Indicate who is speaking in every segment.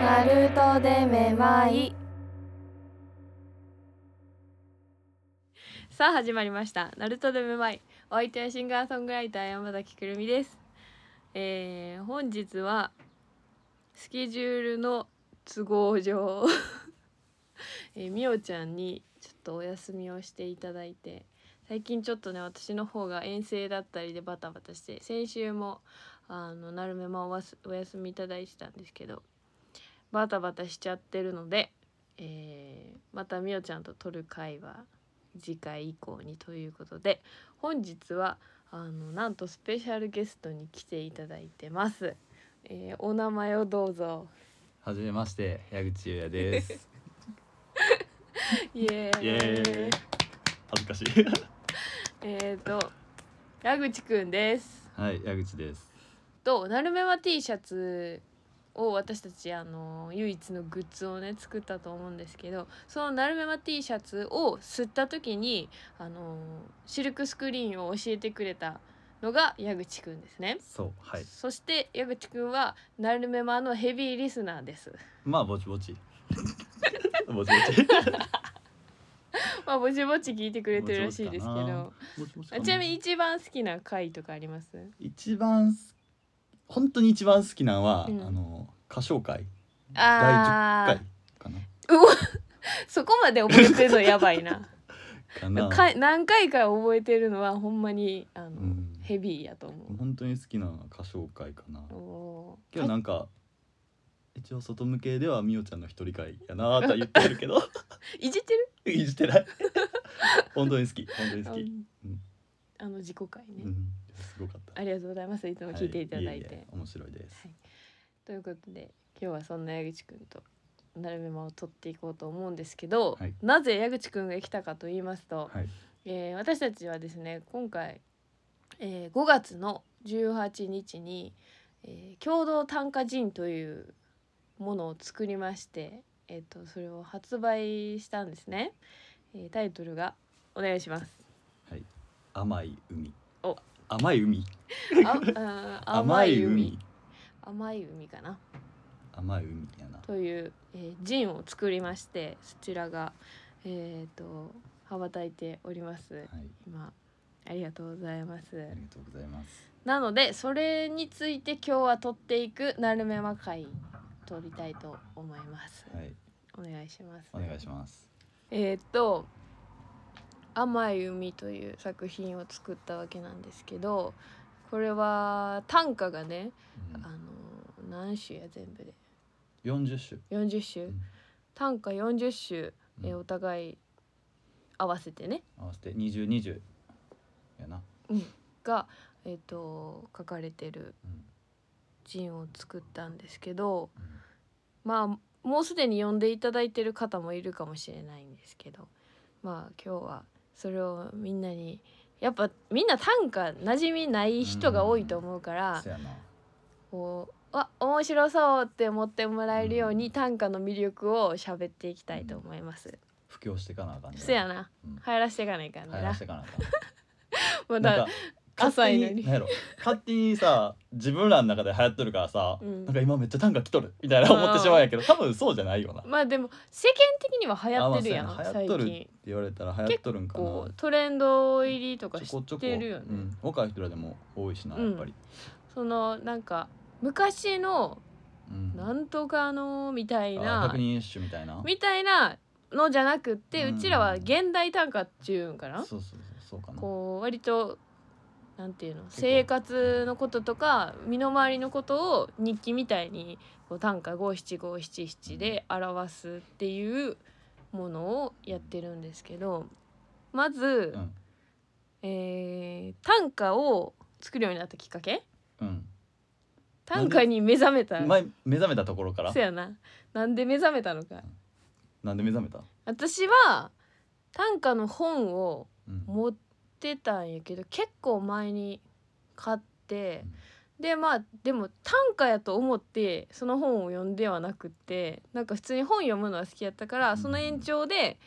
Speaker 1: ナルトでめまい。
Speaker 2: さあ始まりました「ナルトでめまい」お相手はシンガーソングライター山崎くるみですえー、本日はスケジュールの都合上 えーみおちゃんにちょっとお休みをしていただいて最近ちょっとね私の方が遠征だったりでバタバタして先週もあのなるめまおわすお休みいただいてたんですけどバタバタしちゃってるので、えーまたみおちゃんと撮る会は次回以降にということで本日はあのなんとスペシャルゲストに来ていただいてます、えーお名前をどうぞ
Speaker 3: はじめまして、矢口優也です。
Speaker 2: イエーイ
Speaker 4: イエーイ恥ずかしい
Speaker 2: えっ、と矢口くんです
Speaker 3: はい、矢口です。
Speaker 2: となるめま T シャツを私たちあの唯一のグッズをね作ったと思うんですけどそのなるめま T シャツを吸った時にあのシルクスクリーンを教えてくれたのが矢口くんですね。
Speaker 3: そう、はい。
Speaker 2: そして矢口くんはなるめまのヘビーリスナーです。
Speaker 3: まあぼちぼち。
Speaker 4: ぼちぼち
Speaker 2: まあぼちぼち聞いてくれてるらしいですけ
Speaker 3: ぼちぼち
Speaker 2: ど。
Speaker 4: ぼちぼちか
Speaker 2: あちなみに一番好きな回とかあります？
Speaker 3: 一番す本当に一番好きなのは、
Speaker 2: うん
Speaker 3: あの歌唱会
Speaker 2: あ
Speaker 3: 第10回かな。
Speaker 2: 回。うわ、そこまで覚えてるのやばいな。
Speaker 3: かな。
Speaker 2: か何回か覚えてるのはほんまにあの、
Speaker 3: うん
Speaker 2: ヘビーやと思
Speaker 3: 本当に好きなのは歌唱会かな。
Speaker 2: う。おー
Speaker 3: けどなんか、一応外向けではみおちゃんの一人会やなーとは言ってるけど、
Speaker 2: いじってる？
Speaker 3: いじってない。本当に好き、本当に
Speaker 2: あ
Speaker 3: 好
Speaker 2: の
Speaker 3: き。うん
Speaker 2: あの自己回ね、
Speaker 3: うん、すごかった。
Speaker 2: ありがとうございます。いつも聞いていただいて。
Speaker 3: はええ面白いです。
Speaker 2: ということで今日はそんな矢口くんとなるめまを撮っていこうと思うんですけど、
Speaker 3: はい
Speaker 2: なぜ矢口くんが来たかと言いますと、
Speaker 3: はい。
Speaker 2: えー私たちはですね今回、えー5月の18日に、えー共同短歌人というものを作りまして、えー、とそれを発売したんですね、えータイトルがお願いし ます
Speaker 3: 甘い海。
Speaker 2: お
Speaker 3: 甘い海。
Speaker 2: ああー甘い海甘い海かな
Speaker 3: 甘い海やな
Speaker 2: という、えージンを作りましてそちらが、えー、と羽ばたいております
Speaker 3: はい
Speaker 2: 今ありがとうございます
Speaker 3: ありがとうございます
Speaker 2: なのでそれについて今日は撮っていくなるめま会撮りたいと思います、
Speaker 3: はい
Speaker 2: お願いします
Speaker 3: お願いします
Speaker 2: えーっと「甘い海」という作品を作ったわけなんですけどこれは短歌がね
Speaker 3: う
Speaker 2: あ
Speaker 3: ん
Speaker 2: の何首や全部で
Speaker 3: 40
Speaker 2: 40首、
Speaker 3: うん
Speaker 2: 短歌40首、
Speaker 3: 種
Speaker 2: えーお互い合わせてね
Speaker 3: 合わせて2020やな
Speaker 2: が、えーっと書かれてる
Speaker 3: うん
Speaker 2: 陣を作ったんですけど
Speaker 3: うん
Speaker 2: まあもうすでに呼んでいただいてる方もいるかもしれないんですけどまあ今日はそれをみんなにやっぱみんな短歌馴染みない人が多いと思うから、
Speaker 3: そやな
Speaker 2: こうあ面白そうって思ってもらえるよう
Speaker 3: う
Speaker 2: に
Speaker 3: ん
Speaker 2: 短歌の魅力を喋っていきたいと思います。
Speaker 3: 布教してかなあかんね
Speaker 2: そやな
Speaker 3: うん
Speaker 2: 流行らしていかないから
Speaker 3: 流
Speaker 2: な、
Speaker 3: 行らしてかなあかん
Speaker 2: ま
Speaker 3: な
Speaker 2: だ
Speaker 3: んか
Speaker 2: 浅いのに
Speaker 3: 勝手になんやろ勝手にさ自分らの中で流行っとるからさ
Speaker 2: うん
Speaker 3: なんか今めっちゃ短歌来とるみたいな思ってしまうんやけど多分そうじゃないよな
Speaker 2: まあでも世間的には流行ってるやん、
Speaker 3: あまあそう
Speaker 2: 最
Speaker 3: な流行っとるっ
Speaker 2: 近
Speaker 3: て言われたら流行っとるんかな
Speaker 2: こうトレンド入りとか
Speaker 3: ちょ
Speaker 2: 知
Speaker 3: こちょ
Speaker 2: っ
Speaker 3: こ
Speaker 2: てるよね。
Speaker 3: うん若い人らでも多いしなやっぱり
Speaker 2: そのなんか昔の
Speaker 3: うん
Speaker 2: なんとかのみたい
Speaker 3: あ
Speaker 2: な
Speaker 3: 百人一首みたいな
Speaker 2: みたいなのじゃなくって、う
Speaker 3: うん
Speaker 2: ちらは現代短歌っていうんかな、
Speaker 3: そうそうそうそうかな
Speaker 2: こう割となんていうの
Speaker 3: 構
Speaker 2: 生活のこととか身の回りのことを日記みたいにこう短歌五七五七七で表すっていうものをやってるんですけどまず、
Speaker 3: うん
Speaker 2: えー短歌を作るようになったきっかけ
Speaker 3: うん
Speaker 2: 短歌に目覚めた
Speaker 3: 前目覚めたところから
Speaker 2: そうやななんで目覚めたのか
Speaker 3: なんで目覚めた、
Speaker 2: 私は短歌の本を
Speaker 3: うん
Speaker 2: 持ってたんやけど結構前に買ってでまあでも短歌やと思ってその本を読んではなくってなんか普通に本読むのは好きやったからその延長で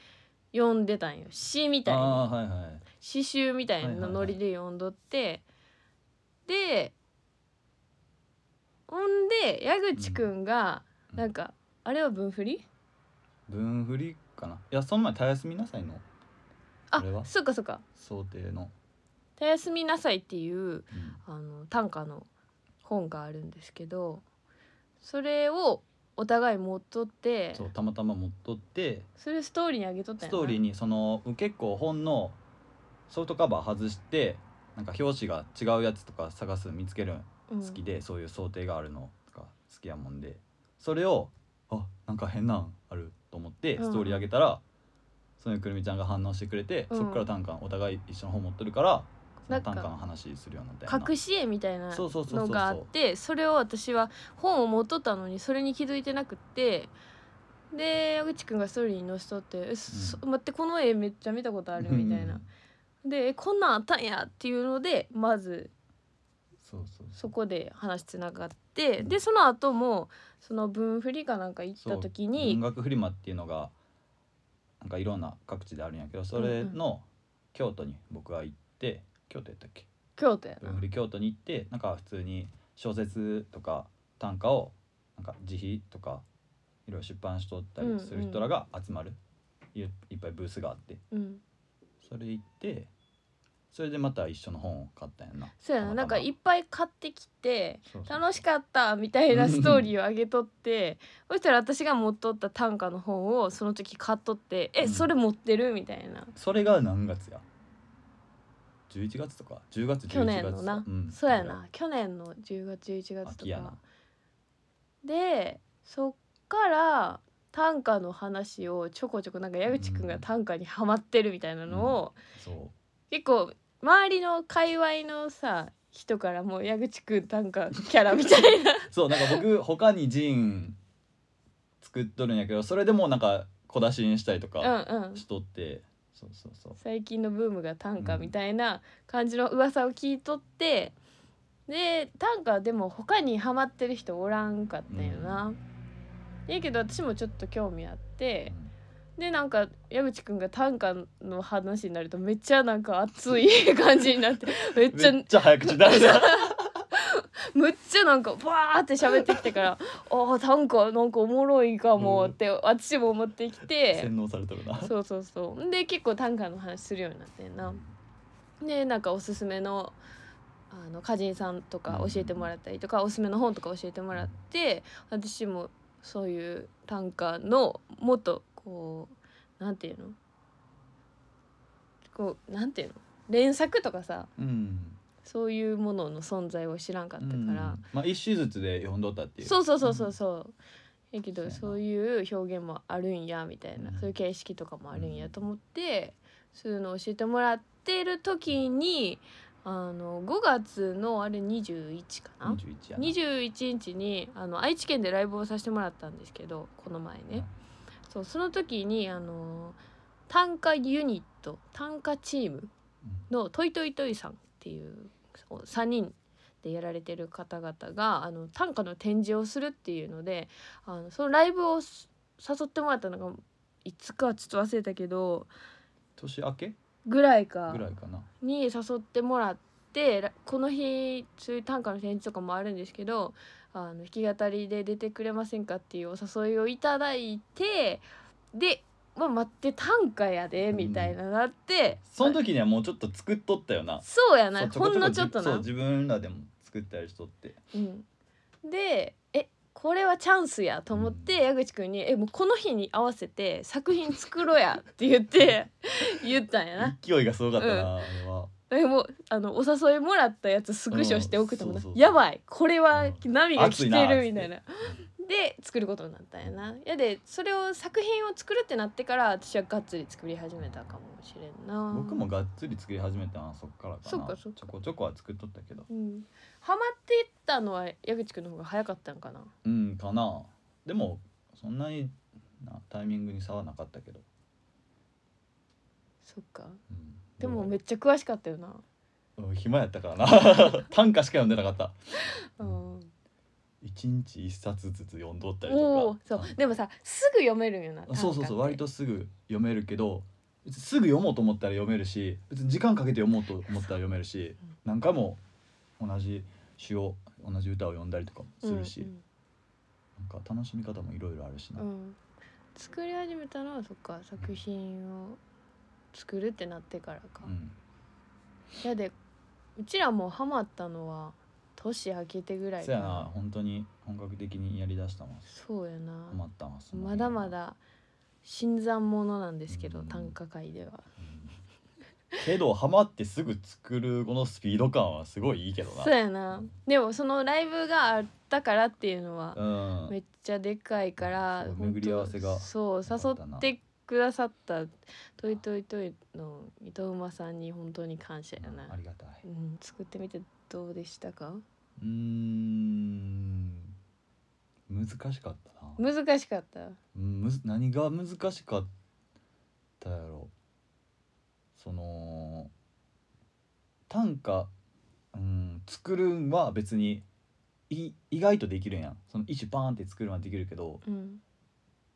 Speaker 2: 読んでたんよ詩みたい
Speaker 3: あ
Speaker 2: な
Speaker 3: あはいはい
Speaker 2: 詩集みたい
Speaker 3: はいは
Speaker 2: ない
Speaker 3: はい
Speaker 2: ノリで読んどって、でほんで矢口くんが
Speaker 3: うん
Speaker 2: なんか、あれは文振り
Speaker 3: 分振りかないやその前たやすみなさいの
Speaker 2: あ
Speaker 3: あれは
Speaker 2: そっかそっか
Speaker 3: 想定の、
Speaker 2: 「たやすみなさい」っていう
Speaker 3: うん
Speaker 2: あの短歌の本があるんですけどそれをお互い持っとって
Speaker 3: そうたまたま持っとって
Speaker 2: それストーリーにあげとった
Speaker 3: ス
Speaker 2: んやな
Speaker 3: トーリーにその結構本のソフトカバー外してなんか表紙が違うやつとか探す見つけるん
Speaker 2: うん
Speaker 3: 好きで、そういう想定があるのとか好きやもんでそれをあなんか変なんあると思って
Speaker 2: うん
Speaker 3: ストーリー上げたら、そのくるみちゃんが反応してくれて、
Speaker 2: うん
Speaker 3: そっから短歌お互い一緒の本持ってるからそ
Speaker 2: な
Speaker 3: の
Speaker 2: んか
Speaker 3: 短歌の話するようになったよな
Speaker 2: 隠し絵みたいな
Speaker 3: そうそうそうそ
Speaker 2: の
Speaker 3: うそう
Speaker 2: があってそれを私は本を持っとったのにそれに気づいてなくってで矢口くんがストーリーに載せとって「えそ待ってこの絵めっちゃ見たことある」みたいな。でえこんなんあったんやっていうのでまず
Speaker 3: そうそう
Speaker 2: そこで話つながってでその後もその文振りかなんか行っ
Speaker 3: そう
Speaker 2: た時
Speaker 3: 文
Speaker 2: に
Speaker 3: 学フリマっていうのがなんかいろんな各地であるんやけどそ
Speaker 2: う
Speaker 3: れ
Speaker 2: ん
Speaker 3: の京都に僕は行って京都やったっけ
Speaker 2: 京都やな
Speaker 3: 文振り京都に行ってなんか普通に小説とか短歌をなんか自費とかいろいろ出版しとったりする人らが集まる、いいっぱいブースがあって
Speaker 2: うん、
Speaker 3: それ行ってそれでまた一緒の本を買ったんやんな
Speaker 2: そうやな
Speaker 3: たま
Speaker 2: な
Speaker 3: た
Speaker 2: んか
Speaker 3: ま
Speaker 2: いっぱい買ってきて
Speaker 3: そうそう
Speaker 2: 楽しかったみたいなストーリーをあげとってそしたら私が持っとった短歌の本をその時買っとって「え
Speaker 3: うん
Speaker 2: それ持ってる?」みたいな
Speaker 3: それが何月や11月とか10月11月
Speaker 2: 去年のな、
Speaker 3: ん
Speaker 2: そうやな去年の10月11月と
Speaker 3: 秋やな
Speaker 2: かでそっから短歌の話をちょこちょこなんか矢口くんが短歌にハマってるみたいなのを、
Speaker 3: そう
Speaker 2: 結構周りの界隈のさ人からもう矢口くん短歌キャラみたいな
Speaker 3: そうなんか僕他にジン作っとるんやけどそれでもうなんか小出しにしたりとか
Speaker 2: うんうん
Speaker 3: しとって、そうそうそう
Speaker 2: 最近のブームが短歌みたいな感じの噂を聞いとって、で短歌でも他にハマってる人おらんかったよな。やけど私もちょっと興味あって
Speaker 3: うん
Speaker 2: でなんか矢口くんが短歌の話になるとめっちゃなんか熱い感じになってめっちゃ
Speaker 3: めっちゃ早口だな
Speaker 2: むっちゃなんかバーって喋ってきて から「ああ短歌なんかおもろいかも」って私も思ってきて
Speaker 3: 洗脳されとるな
Speaker 2: そうそうそうんで結構短歌の話するようになってんな。でなんかおすすめのあの歌人さんとか教えてもらったりとか、おすすめの本とか教えてもらって私もそういう短歌のもっとこうなんていうのこうなんていうの連作とかさ
Speaker 3: うん
Speaker 2: そういうものの存在を知らんかったから、
Speaker 3: うんまあ一週ずつで読んどったっていう
Speaker 2: そううそうそうそうそう。やけ
Speaker 3: そう
Speaker 2: ど
Speaker 3: やな
Speaker 2: そういう表現もあるんやみたいな、
Speaker 3: うん
Speaker 2: そういう形式とかもあるんや
Speaker 3: うん
Speaker 2: と思って、そういうのを教えてもらってる時にあの5月のあれ21かな
Speaker 3: 二十一やな
Speaker 2: 21日にあの愛知県でライブをさせてもらったんですけどこの前ね、そうその時にあの短歌ユニット短歌チームのトイトイトイさんっていう3人でやられてる方々があの短歌の展示をするっていうのであのそのライブをす誘ってもらったのがいつかちょっと忘れたけど
Speaker 3: 年明け
Speaker 2: ぐらいか
Speaker 3: ぐらいかな
Speaker 2: に誘ってもらってらこの日そういう短歌の展示とかもあるんですけどあの弾き語りで出てくれませんかっていうお誘いをいただいてで、まあ、待って短歌やでみたいななって、
Speaker 3: その時にはもうちょっと作っとったよな
Speaker 2: そうやな
Speaker 3: そう
Speaker 2: ほんのちょっと
Speaker 3: そう
Speaker 2: な。
Speaker 3: 自分らでも作ったりしとって
Speaker 2: うん、でえこれはチャンスやと思って、
Speaker 3: うん
Speaker 2: 矢口くんに「えもうこの日に合わせて作品作ろうや」って言って 言ったんやな。
Speaker 3: 勢いがすごかったな、
Speaker 2: うん
Speaker 3: あれは
Speaker 2: でもうあのお誘いもらったやつスクショして送ったもんな、
Speaker 3: うんそうそうそう
Speaker 2: やばいこれは
Speaker 3: うん
Speaker 2: 波が来てる
Speaker 3: 熱いな
Speaker 2: みたいな。で作ることになったんやな。やでそれを作品を作るってなってから私はがっつり作り始めたかもしれんな。
Speaker 3: 僕もがっつり作り始めたのはそっからかな
Speaker 2: そっかそっか
Speaker 3: ちょこちょこは作っとったけど
Speaker 2: うん、ハマっていったのは矢口くんの方が早かったんかな。
Speaker 3: うんかなでもそんなになタイミングに差はなかったけど、
Speaker 2: そっか。
Speaker 3: うん
Speaker 2: でも
Speaker 3: ど
Speaker 2: めっちゃ詳しかったよな。
Speaker 3: ううん暇やったから な短歌しか読んでなかった
Speaker 2: うん。
Speaker 3: 一日一冊ずつ読んどったり
Speaker 2: おお
Speaker 3: と
Speaker 2: ーそ
Speaker 3: か
Speaker 2: うでもさすぐ読めるんよな
Speaker 3: あそうそうそう割
Speaker 2: と
Speaker 3: とすぐ読めるけど別にすぐ読もうと思ったら読めるし別に時間かけて読もうと思ったら読めるし何回も同じ詩を同じ歌を読んだりとかもするし、
Speaker 2: うん
Speaker 3: なんか楽しみ方もいろいろあるしな、
Speaker 2: うんうん作り始めたのはそっか作品を作るってなってからか、
Speaker 3: うん
Speaker 2: いやでうちらもハマったのは年明けてぐらい
Speaker 3: そやな本当に本格的にやりだしたもん
Speaker 2: そうやな
Speaker 3: ハマったわその
Speaker 2: まだまだ新参者なんですけど、
Speaker 3: うん
Speaker 2: 短歌会では
Speaker 3: うんけどハマってすぐ作るこのスピード感はすごいいいけどな
Speaker 2: そうやなでもそのライブがあったからっていうのは
Speaker 3: うん
Speaker 2: めっちゃでかいから
Speaker 3: そう
Speaker 2: 本当
Speaker 3: 巡り合わせが
Speaker 2: そう
Speaker 3: かった
Speaker 2: 誘
Speaker 3: な
Speaker 2: ってくださったトイトイトイの伊藤馬さんに本当に感謝や
Speaker 3: うんあ
Speaker 2: な、
Speaker 3: りがたい
Speaker 2: うん、作ってみてどうでしたか
Speaker 3: うーん難しかったな
Speaker 2: 難しかった
Speaker 3: うんむず何が難しかったやろその短歌、うん、作るんは別にい意外とできるんやんその一種パーンって作るのはできるけど
Speaker 2: うん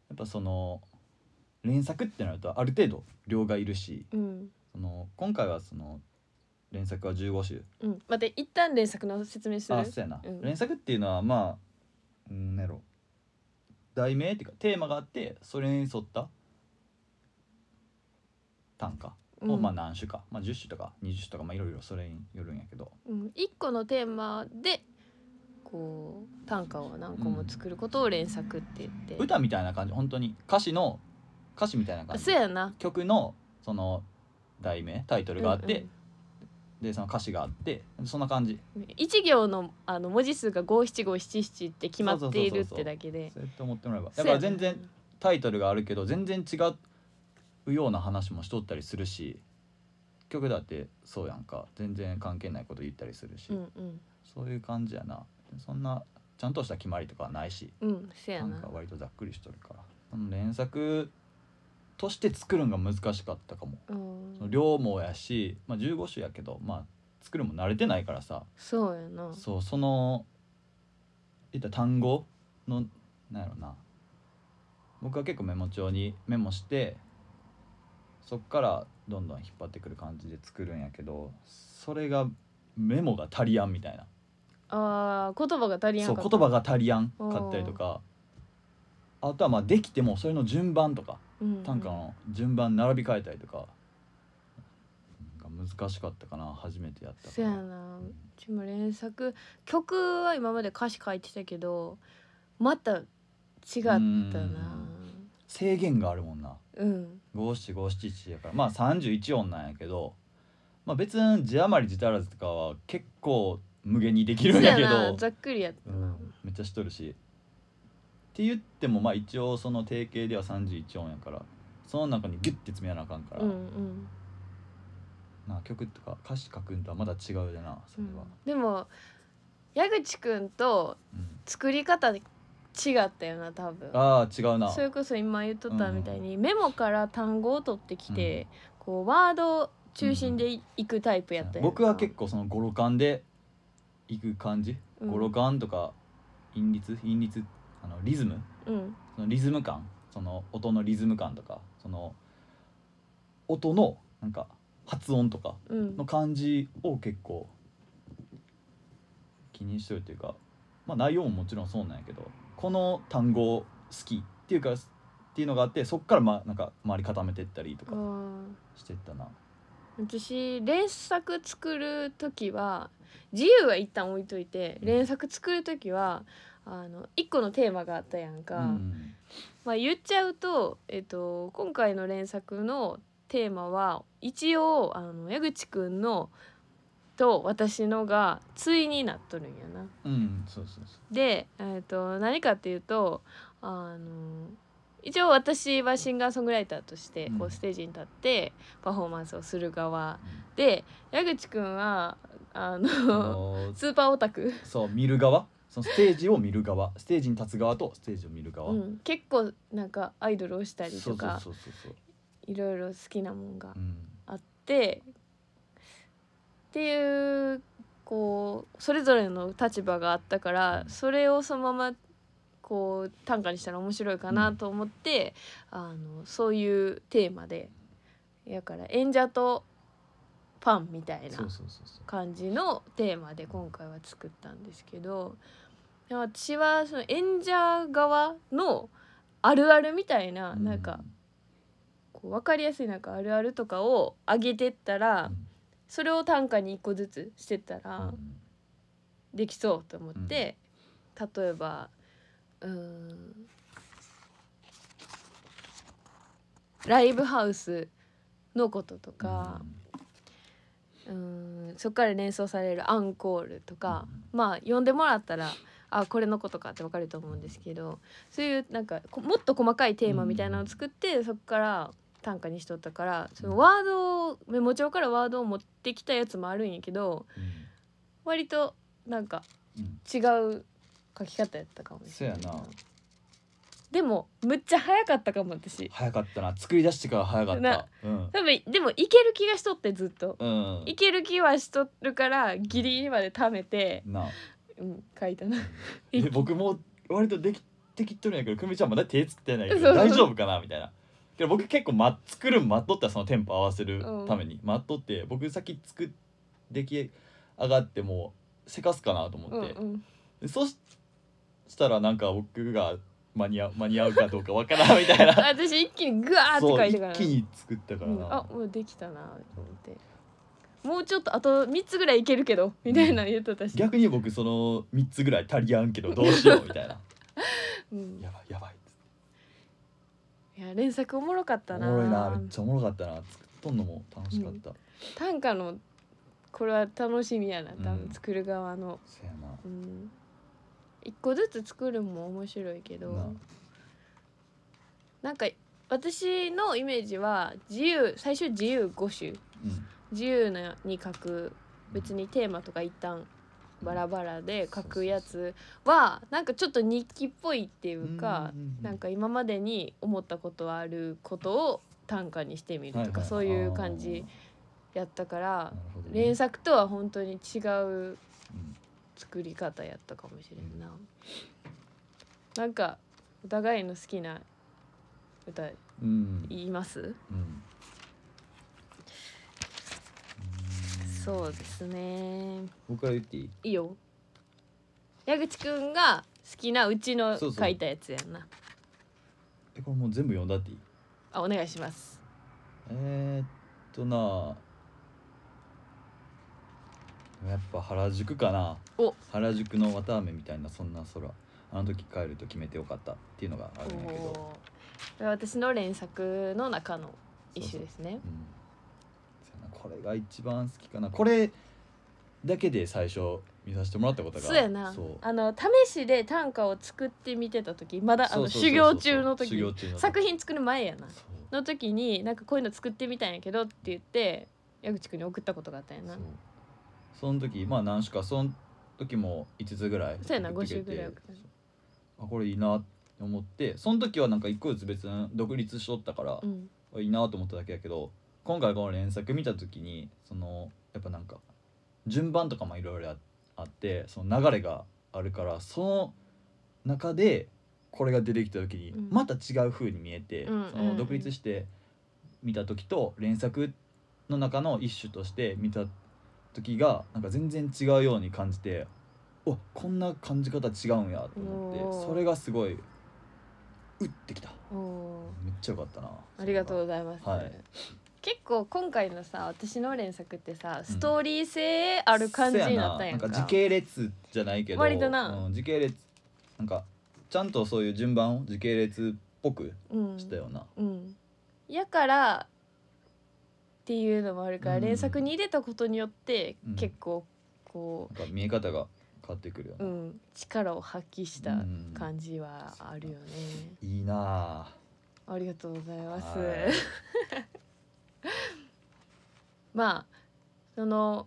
Speaker 3: やっぱその連作ってなるとある程度量がいるし
Speaker 2: うん
Speaker 3: その今回はその連作は15種
Speaker 2: うん待って一旦連作の説明する
Speaker 3: あそうやな、
Speaker 2: うん
Speaker 3: 連作っていうのはまあうんなんやろ題名っていうかテーマがあってそれに沿った短歌を、まあ何種か、まあ、10種とか20種とかまあいろいろそれによるんやけど
Speaker 2: うん、一個のテーマでこう短歌を何個も作ることを連作って言って、
Speaker 3: 歌みたいな感じ本当に歌詞の歌詞みたいな感
Speaker 2: あ
Speaker 3: じ
Speaker 2: そうやな
Speaker 3: 曲のその題名タイトルがあって、
Speaker 2: うん
Speaker 3: でその歌詞があってそんな感じ
Speaker 2: うん一行のあの文字数が五七五七七って決まっているってだけで
Speaker 3: そうやって思ってもらえばだから全然タイトルがあるけど全然違うような話もしとったりするし曲だってそうやんか全然関係ないこと言ったりするし、
Speaker 2: そうやなうん
Speaker 3: そういう感じやなそんなちゃんとした決まりとかはないし
Speaker 2: うんうんそうや
Speaker 3: なん
Speaker 2: な
Speaker 3: か割とざっくりしとるからその連作として作るんが難しかったかも
Speaker 2: うん
Speaker 3: その量もやし、まあ、15種やけど、まあ、作るのも慣れてないからさ
Speaker 2: そうやな
Speaker 3: そうその言ったら単語のなんやろな僕は結構メモ帳にメモしてそっからどんどん引っ張ってくる感じで作るんやけどそれがメモが足りやんみたいな
Speaker 2: あー言葉が足りやん
Speaker 3: そう
Speaker 2: かった
Speaker 3: 言葉が足りやんかったりとかあとはまあできてもそれの順番とか
Speaker 2: うんうん
Speaker 3: 短歌の順番並び替えたりとかなんか難しかったかな初めてやったか
Speaker 2: そうや
Speaker 3: ら
Speaker 2: なうちも連作曲は今まで歌詞書いてたけどまた違ったな
Speaker 3: 制限があるもんな
Speaker 2: うん
Speaker 3: 五七五七七やからまあ31音なんやけど、まあ、別に字余り字足らずとかは結構無限にできるんやけ
Speaker 2: そうや
Speaker 3: ど
Speaker 2: なざっくりやった
Speaker 3: う
Speaker 2: な、
Speaker 3: ん、めっちゃしとるしって言ってもまあ一応その定型では31音やからその中にギュッて詰めやなあかんから、
Speaker 2: うんうん
Speaker 3: なあ曲とか歌詞書くんとはまだ違うでなそれは、
Speaker 2: でも矢口くんと
Speaker 3: うん
Speaker 2: 作り方違ったよな多分
Speaker 3: ああ違うな
Speaker 2: それこそ今言っとったみたいに、メモから単語を取ってきて、こうワード中心でい,、くタイプやったやんか
Speaker 3: 僕は結構その語呂感でいく感じ、
Speaker 2: うん
Speaker 3: 語呂感とか韻律韻律あのリズム
Speaker 2: うん
Speaker 3: そのリズム感その音のリズム感とかその音のなんか発音とか
Speaker 2: うん
Speaker 3: の感じを結構気にしてるというかまあ内容ももちろんそうなんやけどこの単語好きっていうかっていうのがあってそっからまなんか周り固めてったりと
Speaker 2: あ
Speaker 3: か
Speaker 2: ー
Speaker 3: してったな。
Speaker 2: 私連作作る時は自由は一旦置いといて連作作る時はあの一個のテーマがあったやんか、
Speaker 3: うん
Speaker 2: まあ、言っちゃうと、えっと、今回の連作のテーマは一応あの矢口くんのと私のが対になっとるんやな。
Speaker 3: うん、そうそうそ
Speaker 2: で、えっと、何かっていうとあの一応私はシンガーソングライターとしてこ
Speaker 3: う
Speaker 2: うんステージに立ってパフォーマンスをする側
Speaker 3: う。うん
Speaker 2: で矢口くんはあ
Speaker 3: あ
Speaker 2: の
Speaker 3: のー
Speaker 2: スーパーオタク、
Speaker 3: そう見る側そのステージを見る側ステージに立つ側とステージを見る側、
Speaker 2: うん、結構なんかアイドルをしたり
Speaker 3: そ
Speaker 2: と
Speaker 3: うそう
Speaker 2: か
Speaker 3: そうそうそう、
Speaker 2: いろいろ好きなもんが
Speaker 3: うん、
Speaker 2: あってっていうこうそれぞれの立場があったからそれをそのままこう短歌にしたら面白いかなと思って、あのそういうテーマでやから演者とパンみたいな
Speaker 3: そうそうそうそう
Speaker 2: 感じのテーマで今回は作ったんですけどでも私はその演者側のあるあるみたいな,、
Speaker 3: うん
Speaker 2: なんかこう分かりやすいなんかあるあるとかを上げてったら、
Speaker 3: うん
Speaker 2: それを短歌に一個ずつしてった
Speaker 3: う
Speaker 2: ら
Speaker 3: ん
Speaker 2: できそうと思って、例えばうーんライブハウスのこととか。うーんそこから連想されるアンコールとか、まあ呼んでもらったらあこれのことかってわかると思うんですけどそういうなんかこもっと細かいテーマみたいなのを作って、そこから短歌にしとったからそのワードをメモ帳からワードを持ってきたやつもあるんやけど
Speaker 3: うん
Speaker 2: 割となんか
Speaker 3: うんうん
Speaker 2: 違う書き方やったかもしれない
Speaker 3: そやな
Speaker 2: でもむっちゃ早かったかも私
Speaker 3: 早かったな作り出してから早かった
Speaker 2: な
Speaker 3: うん
Speaker 2: 多分でもいける気がしとってずっと
Speaker 3: うん
Speaker 2: いける気はしとるからギリギリまで貯めて
Speaker 3: なあ
Speaker 2: うん書いたな
Speaker 3: え僕も割とできてきっとるんやけど久美ちゃんまだ手つってないけ
Speaker 2: そ
Speaker 3: ど
Speaker 2: うそう
Speaker 3: 大丈夫かなみたいなけど僕結構、ま、作るん待っとったらそのテンポ合わせるために、待っとって僕先作っ出来上がってもうせかすかなと思って、
Speaker 2: うんうん、
Speaker 3: でそししたらなんか僕が間に合う間に合うかどうかわからんみたいな
Speaker 2: 私一気にグワーって
Speaker 3: そ
Speaker 2: 書
Speaker 3: う
Speaker 2: い
Speaker 3: 一
Speaker 2: てから
Speaker 3: 気に作ったから
Speaker 2: うん、あ
Speaker 3: な、
Speaker 2: もうできたなと思ってもうちょっとあと3つぐらいいけるけどみたいなの言っとったし、
Speaker 3: 逆に僕その3つぐらい足りやんけどどうしようみた いな
Speaker 2: うん、
Speaker 3: やばいやばいっつって
Speaker 2: いや連作おもろかった
Speaker 3: お
Speaker 2: な
Speaker 3: もろいなめっちゃおもろかったな作っとんのも楽しかった、
Speaker 2: 短歌のこれは楽しみやな多
Speaker 3: う
Speaker 2: 分
Speaker 3: ん
Speaker 2: 作る側の、
Speaker 3: せやな
Speaker 2: うん、一個ずつ作るのも面白いけど
Speaker 3: な
Speaker 2: なんか私のイメージは自由最初自由5種
Speaker 3: うん
Speaker 2: 自由なに書く別にテーマとか一旦バラバラで書くやつはなんかちょっと日記っぽいっていうかなんか今までに思ったことあることを短歌にしてみる
Speaker 3: はい
Speaker 2: と
Speaker 3: は
Speaker 2: か
Speaker 3: い
Speaker 2: そういう感じやったから
Speaker 3: なるほどね
Speaker 2: 連作とは本当に違う
Speaker 3: うん
Speaker 2: 作り方やったかもしれんな。なんかお互いの好きな歌
Speaker 3: うん
Speaker 2: 言います
Speaker 3: うん
Speaker 2: そうですね
Speaker 3: 僕から言っていい
Speaker 2: いいよ矢口くんが好きなうちの
Speaker 3: そ
Speaker 2: 書
Speaker 3: うそう
Speaker 2: いたやつやんな
Speaker 3: えこれもう全部読んだっていい
Speaker 2: あお願いします
Speaker 3: えー、っとなやっぱ原宿かな
Speaker 2: お
Speaker 3: 原宿の綿あめみたいなそんな空あの時帰ると決めてよかったっていうのがあるんやけど、
Speaker 2: おー私の連作の中の一種ですね
Speaker 3: うん、そやなこれが一番好きかなこれだけで最初見させてもらったことが
Speaker 2: そうやな
Speaker 3: そう
Speaker 2: あの試しで短歌を作ってみてた時まだあ
Speaker 3: そ
Speaker 2: の
Speaker 3: うそうそうそう
Speaker 2: 修行中の
Speaker 3: 修
Speaker 2: 時
Speaker 3: 行中の時
Speaker 2: 作品作る前やな
Speaker 3: そう
Speaker 2: の時になんかこういうの作ってみたんやけどって言って矢口くんに送ったことがあったんや
Speaker 3: そ
Speaker 2: な
Speaker 3: うその時まあ何種かその時も5つぐらい
Speaker 2: そうやな
Speaker 3: 送ってくれ
Speaker 2: 5種ぐらい
Speaker 3: て
Speaker 2: 送った
Speaker 3: あこれいいなって思ってその時はなんか一個ずつ別に独立しとったから
Speaker 2: う、ん
Speaker 3: いいなと思っただけやけど今回この連作見た時にそのやっぱなんか順番とかもいろいろああってその流れがあるからその中でこれが出てきた時に
Speaker 2: うん
Speaker 3: また違う風に見えて、
Speaker 2: うん
Speaker 3: そ
Speaker 2: うん
Speaker 3: の独立して見た時と連作の中の一種として見た時がなんか全然違うように感じてうわこんな感じ方違うんやと思っ
Speaker 2: おー
Speaker 3: てそれがすごいうってきた
Speaker 2: おー
Speaker 3: めっちゃよかったな
Speaker 2: ありがとう
Speaker 3: う
Speaker 2: ございます。
Speaker 3: はい
Speaker 2: 結構今回のさ私の連作ってさストーリー性ある感じになったんやんか,、
Speaker 3: そうななんか時系列じゃないけど
Speaker 2: 割とな
Speaker 3: うん時系列なんかちゃんとそういう順番を時系列っぽく
Speaker 2: うん
Speaker 3: したような、
Speaker 2: うん、やからっていうのもあるから、
Speaker 3: うん
Speaker 2: 連作に入れたことによって
Speaker 3: うん
Speaker 2: 結構こ
Speaker 3: なんか見え方が変わってくるよ
Speaker 2: う、う
Speaker 3: ね、
Speaker 2: ん、力を発揮した
Speaker 3: うん
Speaker 2: 感じはあるよね、
Speaker 3: いいなあ
Speaker 2: ありがとうございます、
Speaker 3: はい
Speaker 2: まあその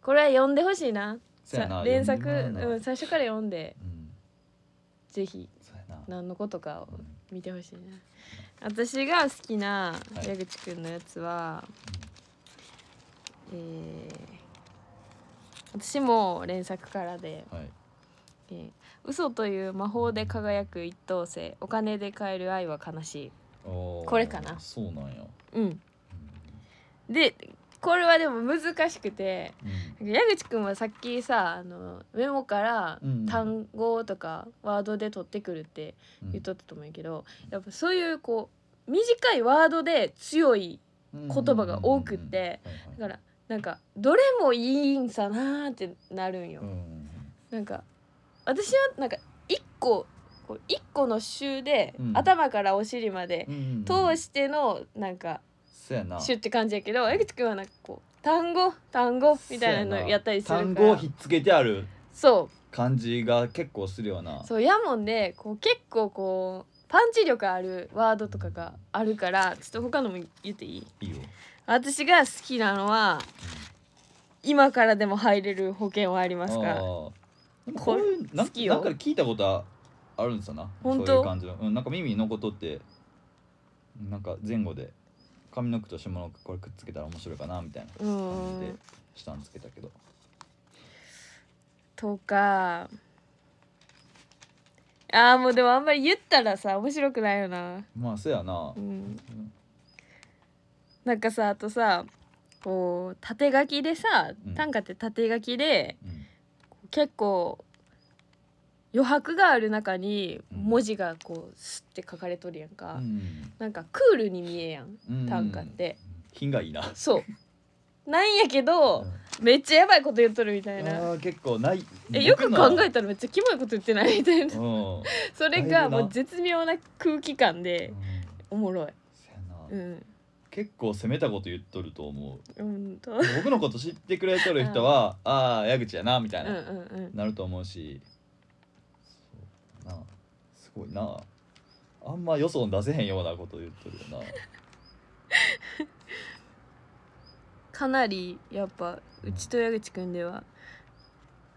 Speaker 2: これは読んでほしいな
Speaker 3: そやな
Speaker 2: さ連作、
Speaker 3: 読んでもらう
Speaker 2: う
Speaker 3: の
Speaker 2: ん、最初から読んで
Speaker 3: うん
Speaker 2: ぜひ
Speaker 3: そうやな
Speaker 2: 何のことかを
Speaker 3: うん
Speaker 2: 見てほしいな私が好きな
Speaker 3: はい
Speaker 2: 矢口くんのやつは、えー私も連作からで
Speaker 3: はい
Speaker 2: 「えー嘘という魔法で輝く一等星お金で買える愛は悲しい
Speaker 3: おー
Speaker 2: これかな
Speaker 3: そうなんや、」
Speaker 2: うん
Speaker 3: うん
Speaker 2: でこれはでも難しくて
Speaker 3: うん
Speaker 2: 矢口くんはさっきさあのメモから
Speaker 3: うん
Speaker 2: 単語とかワードで取ってくるって
Speaker 3: うん
Speaker 2: 言っとったと思うんやけどやっぱそういうこう短いワードで強い言葉が多くって
Speaker 3: うん
Speaker 2: だからなんかどれもいいんさなーってなるんよ
Speaker 3: うん。うん
Speaker 2: なんか私はなんか一個こう一個の週で、
Speaker 3: うん
Speaker 2: 頭からお尻まで
Speaker 3: うんうん
Speaker 2: 通してのなんか
Speaker 3: そうやな
Speaker 2: 週って感じやけど江口くんはなんかこう単語単語みたいなのやったりするから
Speaker 3: 単語をひっつけてある
Speaker 2: そう
Speaker 3: 感じが結構するよな
Speaker 2: そうやもんでこう結構こうパンチ力あるワードとかがあるからちょっと他のも言っていい
Speaker 3: いいよ
Speaker 2: 私が好きなのは今からでも入れる保険はあります
Speaker 3: あ
Speaker 2: か
Speaker 3: ーでもこういうなん
Speaker 2: 好きよ
Speaker 3: なんか聞いたことはあるんですよな
Speaker 2: 本当
Speaker 3: そういう感じの、うん、なんか耳に残っとってなんか前後で上の句と下の句これくっつけたら面白いかなみたいな
Speaker 2: う
Speaker 3: 感じ
Speaker 2: ー
Speaker 3: で
Speaker 2: ん
Speaker 3: 下につけたけど
Speaker 2: とかあーもうでもあんまり言ったらさ面白くないよな
Speaker 3: まあそうやな
Speaker 2: う、ん
Speaker 3: うん
Speaker 2: なんかさあとさこう縦書きでさ
Speaker 3: うん
Speaker 2: 短歌って縦書きで
Speaker 3: うん
Speaker 2: 結構余白がある中に
Speaker 3: うん
Speaker 2: 文字がこうスッて書かれとるやんか、
Speaker 3: うん
Speaker 2: なんかクールに見えやん
Speaker 3: うん
Speaker 2: 短歌って、
Speaker 3: 品がいいな、
Speaker 2: そうなんやけど
Speaker 3: うん
Speaker 2: めっちゃやばいこと言っとるみたいな
Speaker 3: あー結構ない
Speaker 2: えよく考え
Speaker 3: て
Speaker 2: たらめっちゃキモいこと言ってないみたいな
Speaker 3: うん、 うん
Speaker 2: それ
Speaker 3: だい
Speaker 2: が
Speaker 3: ぶな
Speaker 2: もう絶妙な空気感でおもろい
Speaker 3: そうやな、
Speaker 2: うん
Speaker 3: 結構攻めたこと言っとると思
Speaker 2: う
Speaker 3: う
Speaker 2: んと
Speaker 3: 僕のこと知ってくれとる人はああ矢口やなみた
Speaker 2: う
Speaker 3: い
Speaker 2: ん
Speaker 3: な、
Speaker 2: うんうん
Speaker 3: なると思うしそうなすごいなあんま予想出せへんようなこと言っとるよな
Speaker 2: かなりやっぱうちと矢口くんでは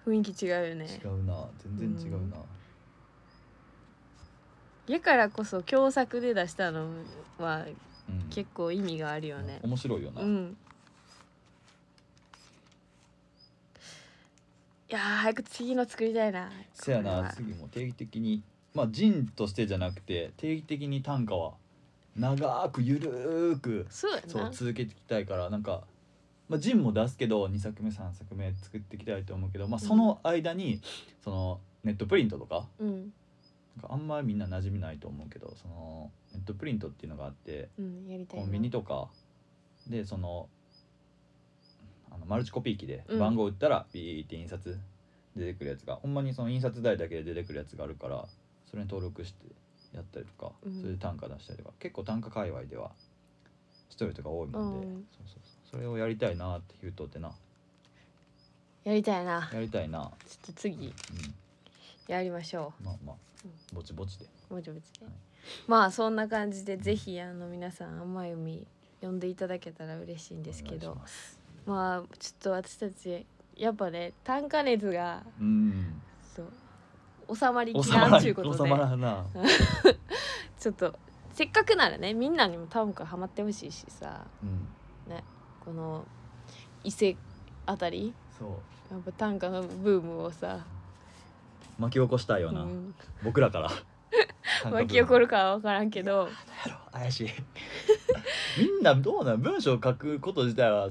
Speaker 2: 雰囲気違うよね
Speaker 3: 違うな全然違うな、
Speaker 2: やからこそ共作で出したのは
Speaker 3: うん
Speaker 2: 結構意味があるよね
Speaker 3: 面白いよな、
Speaker 2: うんいやー早く次の作りたいな
Speaker 3: せや
Speaker 2: これ
Speaker 3: な
Speaker 2: は
Speaker 3: 次も定期的にまあ人としてじゃなくて定期的に短歌は長くゆるーく
Speaker 2: そうやな
Speaker 3: そう続けていきたいからなんか、まあ、ジンも出すけど2作目3作目作っていきたいと思うけど、まあ、その間に、そのネットプリントとか
Speaker 2: うん
Speaker 3: なんかあんまりみんな馴染みないと思うけどそのネットプリントっていうのがあって
Speaker 2: うんやりたい
Speaker 3: コ
Speaker 2: な
Speaker 3: ンビニとかでそのあのマルチコピー機で
Speaker 2: うん
Speaker 3: 番号打ったらビーって印刷出てくるやつが、ほんまにその印刷代だけで出てくるやつがあるからそれに登録してやったりとか、
Speaker 2: うん
Speaker 3: それで単価出したりとか結構単価界隈ではしとる人が多いもんで、
Speaker 2: うん
Speaker 3: そうそうそうそれをやりたいなって言うとってな
Speaker 2: やりたいな
Speaker 3: やりたいな、
Speaker 2: ちょっと次
Speaker 3: う
Speaker 2: やりましょ
Speaker 3: ん、まあまあ
Speaker 2: うん
Speaker 3: ぼちぼちで
Speaker 2: うもちもちで
Speaker 3: はい
Speaker 2: まあそんな感じでぜひあの皆さん甘読み読んでいただけたら嬉しいんですけ
Speaker 3: お願い
Speaker 2: ど
Speaker 3: します
Speaker 2: まあちょっと私たちやっぱね単価熱が
Speaker 3: うん
Speaker 2: そう収まりき
Speaker 3: 収
Speaker 2: ら
Speaker 3: ま
Speaker 2: んちゅうこ
Speaker 3: らん
Speaker 2: と
Speaker 3: 収
Speaker 2: で
Speaker 3: まらんな
Speaker 2: ちょっとせっかくならねみんなにも短歌ハマってほしいしさ
Speaker 3: うん
Speaker 2: この伊勢あたり
Speaker 3: そう
Speaker 2: やっぱ短歌のブームをさ、
Speaker 3: 巻き起こしたいよ
Speaker 2: う
Speaker 3: な、
Speaker 2: ん、
Speaker 3: 僕らから
Speaker 2: 巻き起こ
Speaker 3: る
Speaker 2: るかは分からんけど
Speaker 3: 怪しい みんなどうなん文章を書くこと自体は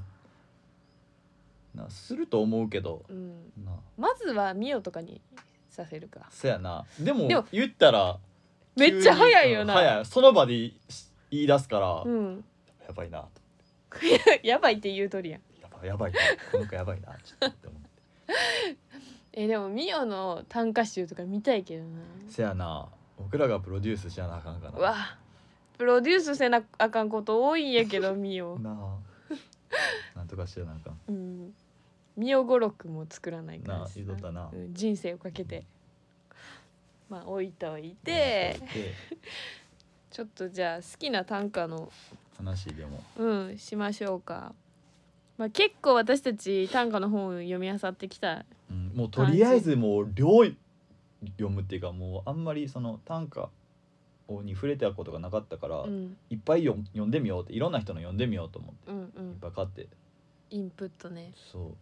Speaker 3: なすると思うけど
Speaker 2: うん、
Speaker 3: な
Speaker 2: まずはミオとかにさせるか
Speaker 3: そやなでも
Speaker 2: でも
Speaker 3: 言ったら
Speaker 2: めっちゃ
Speaker 3: 急に
Speaker 2: 早いよな
Speaker 3: うん早いその場で言い出すから、
Speaker 2: うん
Speaker 3: やばいなと
Speaker 2: やばいって言うとるやん
Speaker 3: やばいやばいなこの子やばいなちょっとって思って
Speaker 2: えでもミオの短歌集とか見たいけどな
Speaker 3: せやな僕らがプロデュースしやなあかんかな
Speaker 2: うわプロデュースせなあかんこと多いんやけ どミオ
Speaker 3: なあなんとかしやなあかん
Speaker 2: うんミオ語録も作らないから
Speaker 3: なあ言うとったな
Speaker 2: うん人生をかけてまあ置いといて
Speaker 3: で
Speaker 2: ちょっとじゃあ好きな短歌の
Speaker 3: 話でも
Speaker 2: うんしましょうか、まあ、結構私たち短歌の本を読み漁ってきた
Speaker 3: うん、もうとりあえずもう量読むっていうかもうあんまりその短歌に触れてたことがなかったから、
Speaker 2: うん
Speaker 3: いっぱい読ん読んでみようっていろんな人の読んでみようと思って
Speaker 2: うんう
Speaker 3: いっ
Speaker 2: ん
Speaker 3: ぱい買って
Speaker 2: インプットね
Speaker 3: そ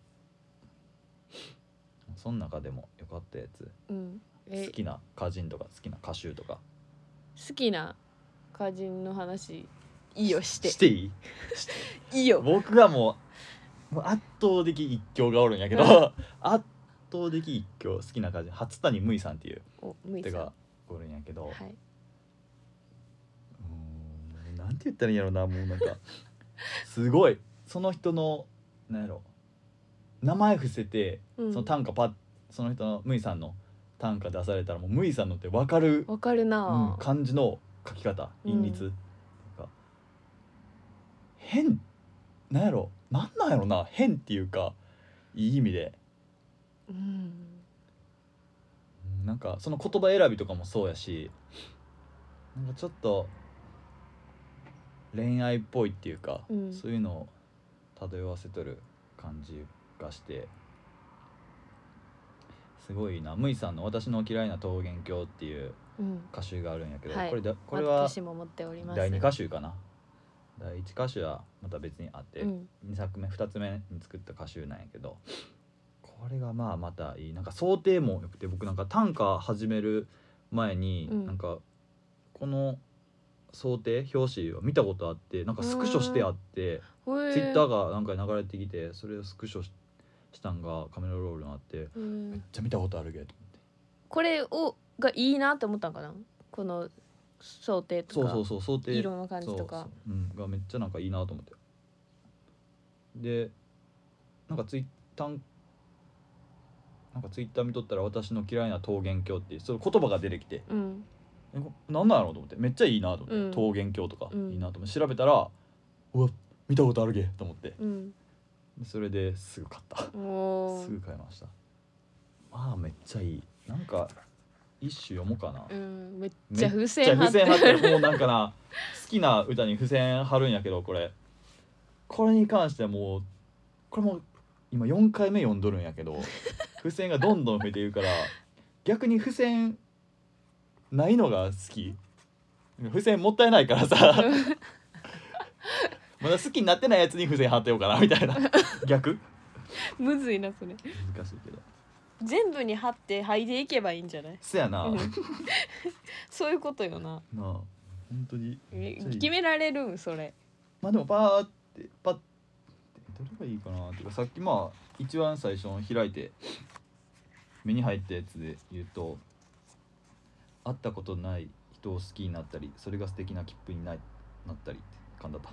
Speaker 3: うその中でもよかったやつ
Speaker 2: うんえ
Speaker 3: 好きな歌人とか好きな歌集とか
Speaker 2: 好きな歌人の話いいよして
Speaker 3: していい
Speaker 2: いいよ
Speaker 3: 僕がもうもう圧倒的一強がおるんやけど、
Speaker 2: うん
Speaker 3: 圧倒的一強好きな感じ初谷むいさんっていう
Speaker 2: おむいさ
Speaker 3: 手
Speaker 2: んは
Speaker 3: がおるんやけど、
Speaker 2: いう
Speaker 3: ーんなんて言ったらいいんやろなもうなんか すごいその人のなんやろ名前伏せて、
Speaker 2: うん
Speaker 3: その短歌パッその人のむいさんの短歌出されたらもうむいさんのって分かる
Speaker 2: わかる
Speaker 3: うん
Speaker 2: な、ぁ
Speaker 3: 感じの書き方
Speaker 2: うん
Speaker 3: 韻律、なんか変なんやろなんなんやろな変っていうかいい意味で
Speaker 2: うん
Speaker 3: うんなんかその言葉選びとかもそうやしなんかちょっと恋愛っぽいっていうか、
Speaker 2: うん
Speaker 3: そういうのを漂わせとる感じがしてすごいなむいさんの「私の嫌いな桃源郷」っていう
Speaker 2: うん
Speaker 3: 歌集があるんやけど、
Speaker 2: はい
Speaker 3: これだこれは
Speaker 2: 私も持っております
Speaker 3: 第2歌集かな第1歌集はまた別にあって、
Speaker 2: うん
Speaker 3: 2作目2つ目に作った歌集なんやけどこれがまあまたいいなんか想定もよくて僕なんか短歌始める前に、
Speaker 2: うん
Speaker 3: なんかこの想定表紙を見たことあってなんかスクショしてあって
Speaker 2: ほえ
Speaker 3: ツイッターがなんか流れてきてそれをスクショししたんがカメラロールにあって
Speaker 2: う
Speaker 3: めっ
Speaker 2: ん
Speaker 3: ちゃ見たことあるけどと思って
Speaker 2: これをがいいなって思ったんかなこの想定と
Speaker 3: そう
Speaker 2: か
Speaker 3: そうそう想定
Speaker 2: 色の感じとか
Speaker 3: そうそう、うん、がめっちゃなんかいいなと思ってでなんかツイッターなんかツイッター見とったら「私の嫌いな桃源郷」っていうその言葉が出てきて
Speaker 2: うん
Speaker 3: えこなんなんやろうと思ってめっちゃいいなと思って、
Speaker 2: うん
Speaker 3: 桃源郷とか
Speaker 2: うん
Speaker 3: いいなと思って調べたら「うわ見たことあるげ」と思って
Speaker 2: うん
Speaker 3: でそれですぐ買った
Speaker 2: おー
Speaker 3: すぐ買いましたまあめっちゃいいなんか一首読もうかな、
Speaker 2: うんめっ
Speaker 3: め
Speaker 2: ち
Speaker 3: っ
Speaker 2: ゃ付箋貼
Speaker 3: 付
Speaker 2: って
Speaker 3: 箋貼って
Speaker 2: る
Speaker 3: るもうなんかな 好きな歌に付箋貼るんやけどこれこれに関してはもうこれも今4回目読んどるんやけど 付箋がどんどん増えているから逆に付箋ないのが好き付箋もったいないからさまだ好きになってないやつに付箋貼ってようかなみたい な逆
Speaker 2: むずいなそれ
Speaker 3: 難しいけど
Speaker 2: 全部に貼って剥いでいけばいいんじゃない
Speaker 3: せやな、
Speaker 2: うん
Speaker 3: な
Speaker 2: そういうことよな
Speaker 3: あ本当に
Speaker 2: え
Speaker 3: めっちゃいい
Speaker 2: 決められるんそれ
Speaker 3: まあでもパーってパッてどれがいいかなっていうかさっきまあ一番最初の開いて目に入ったやつで言うと会ったことない人を好きになったりそれが素敵な切符にななったりって噛んだった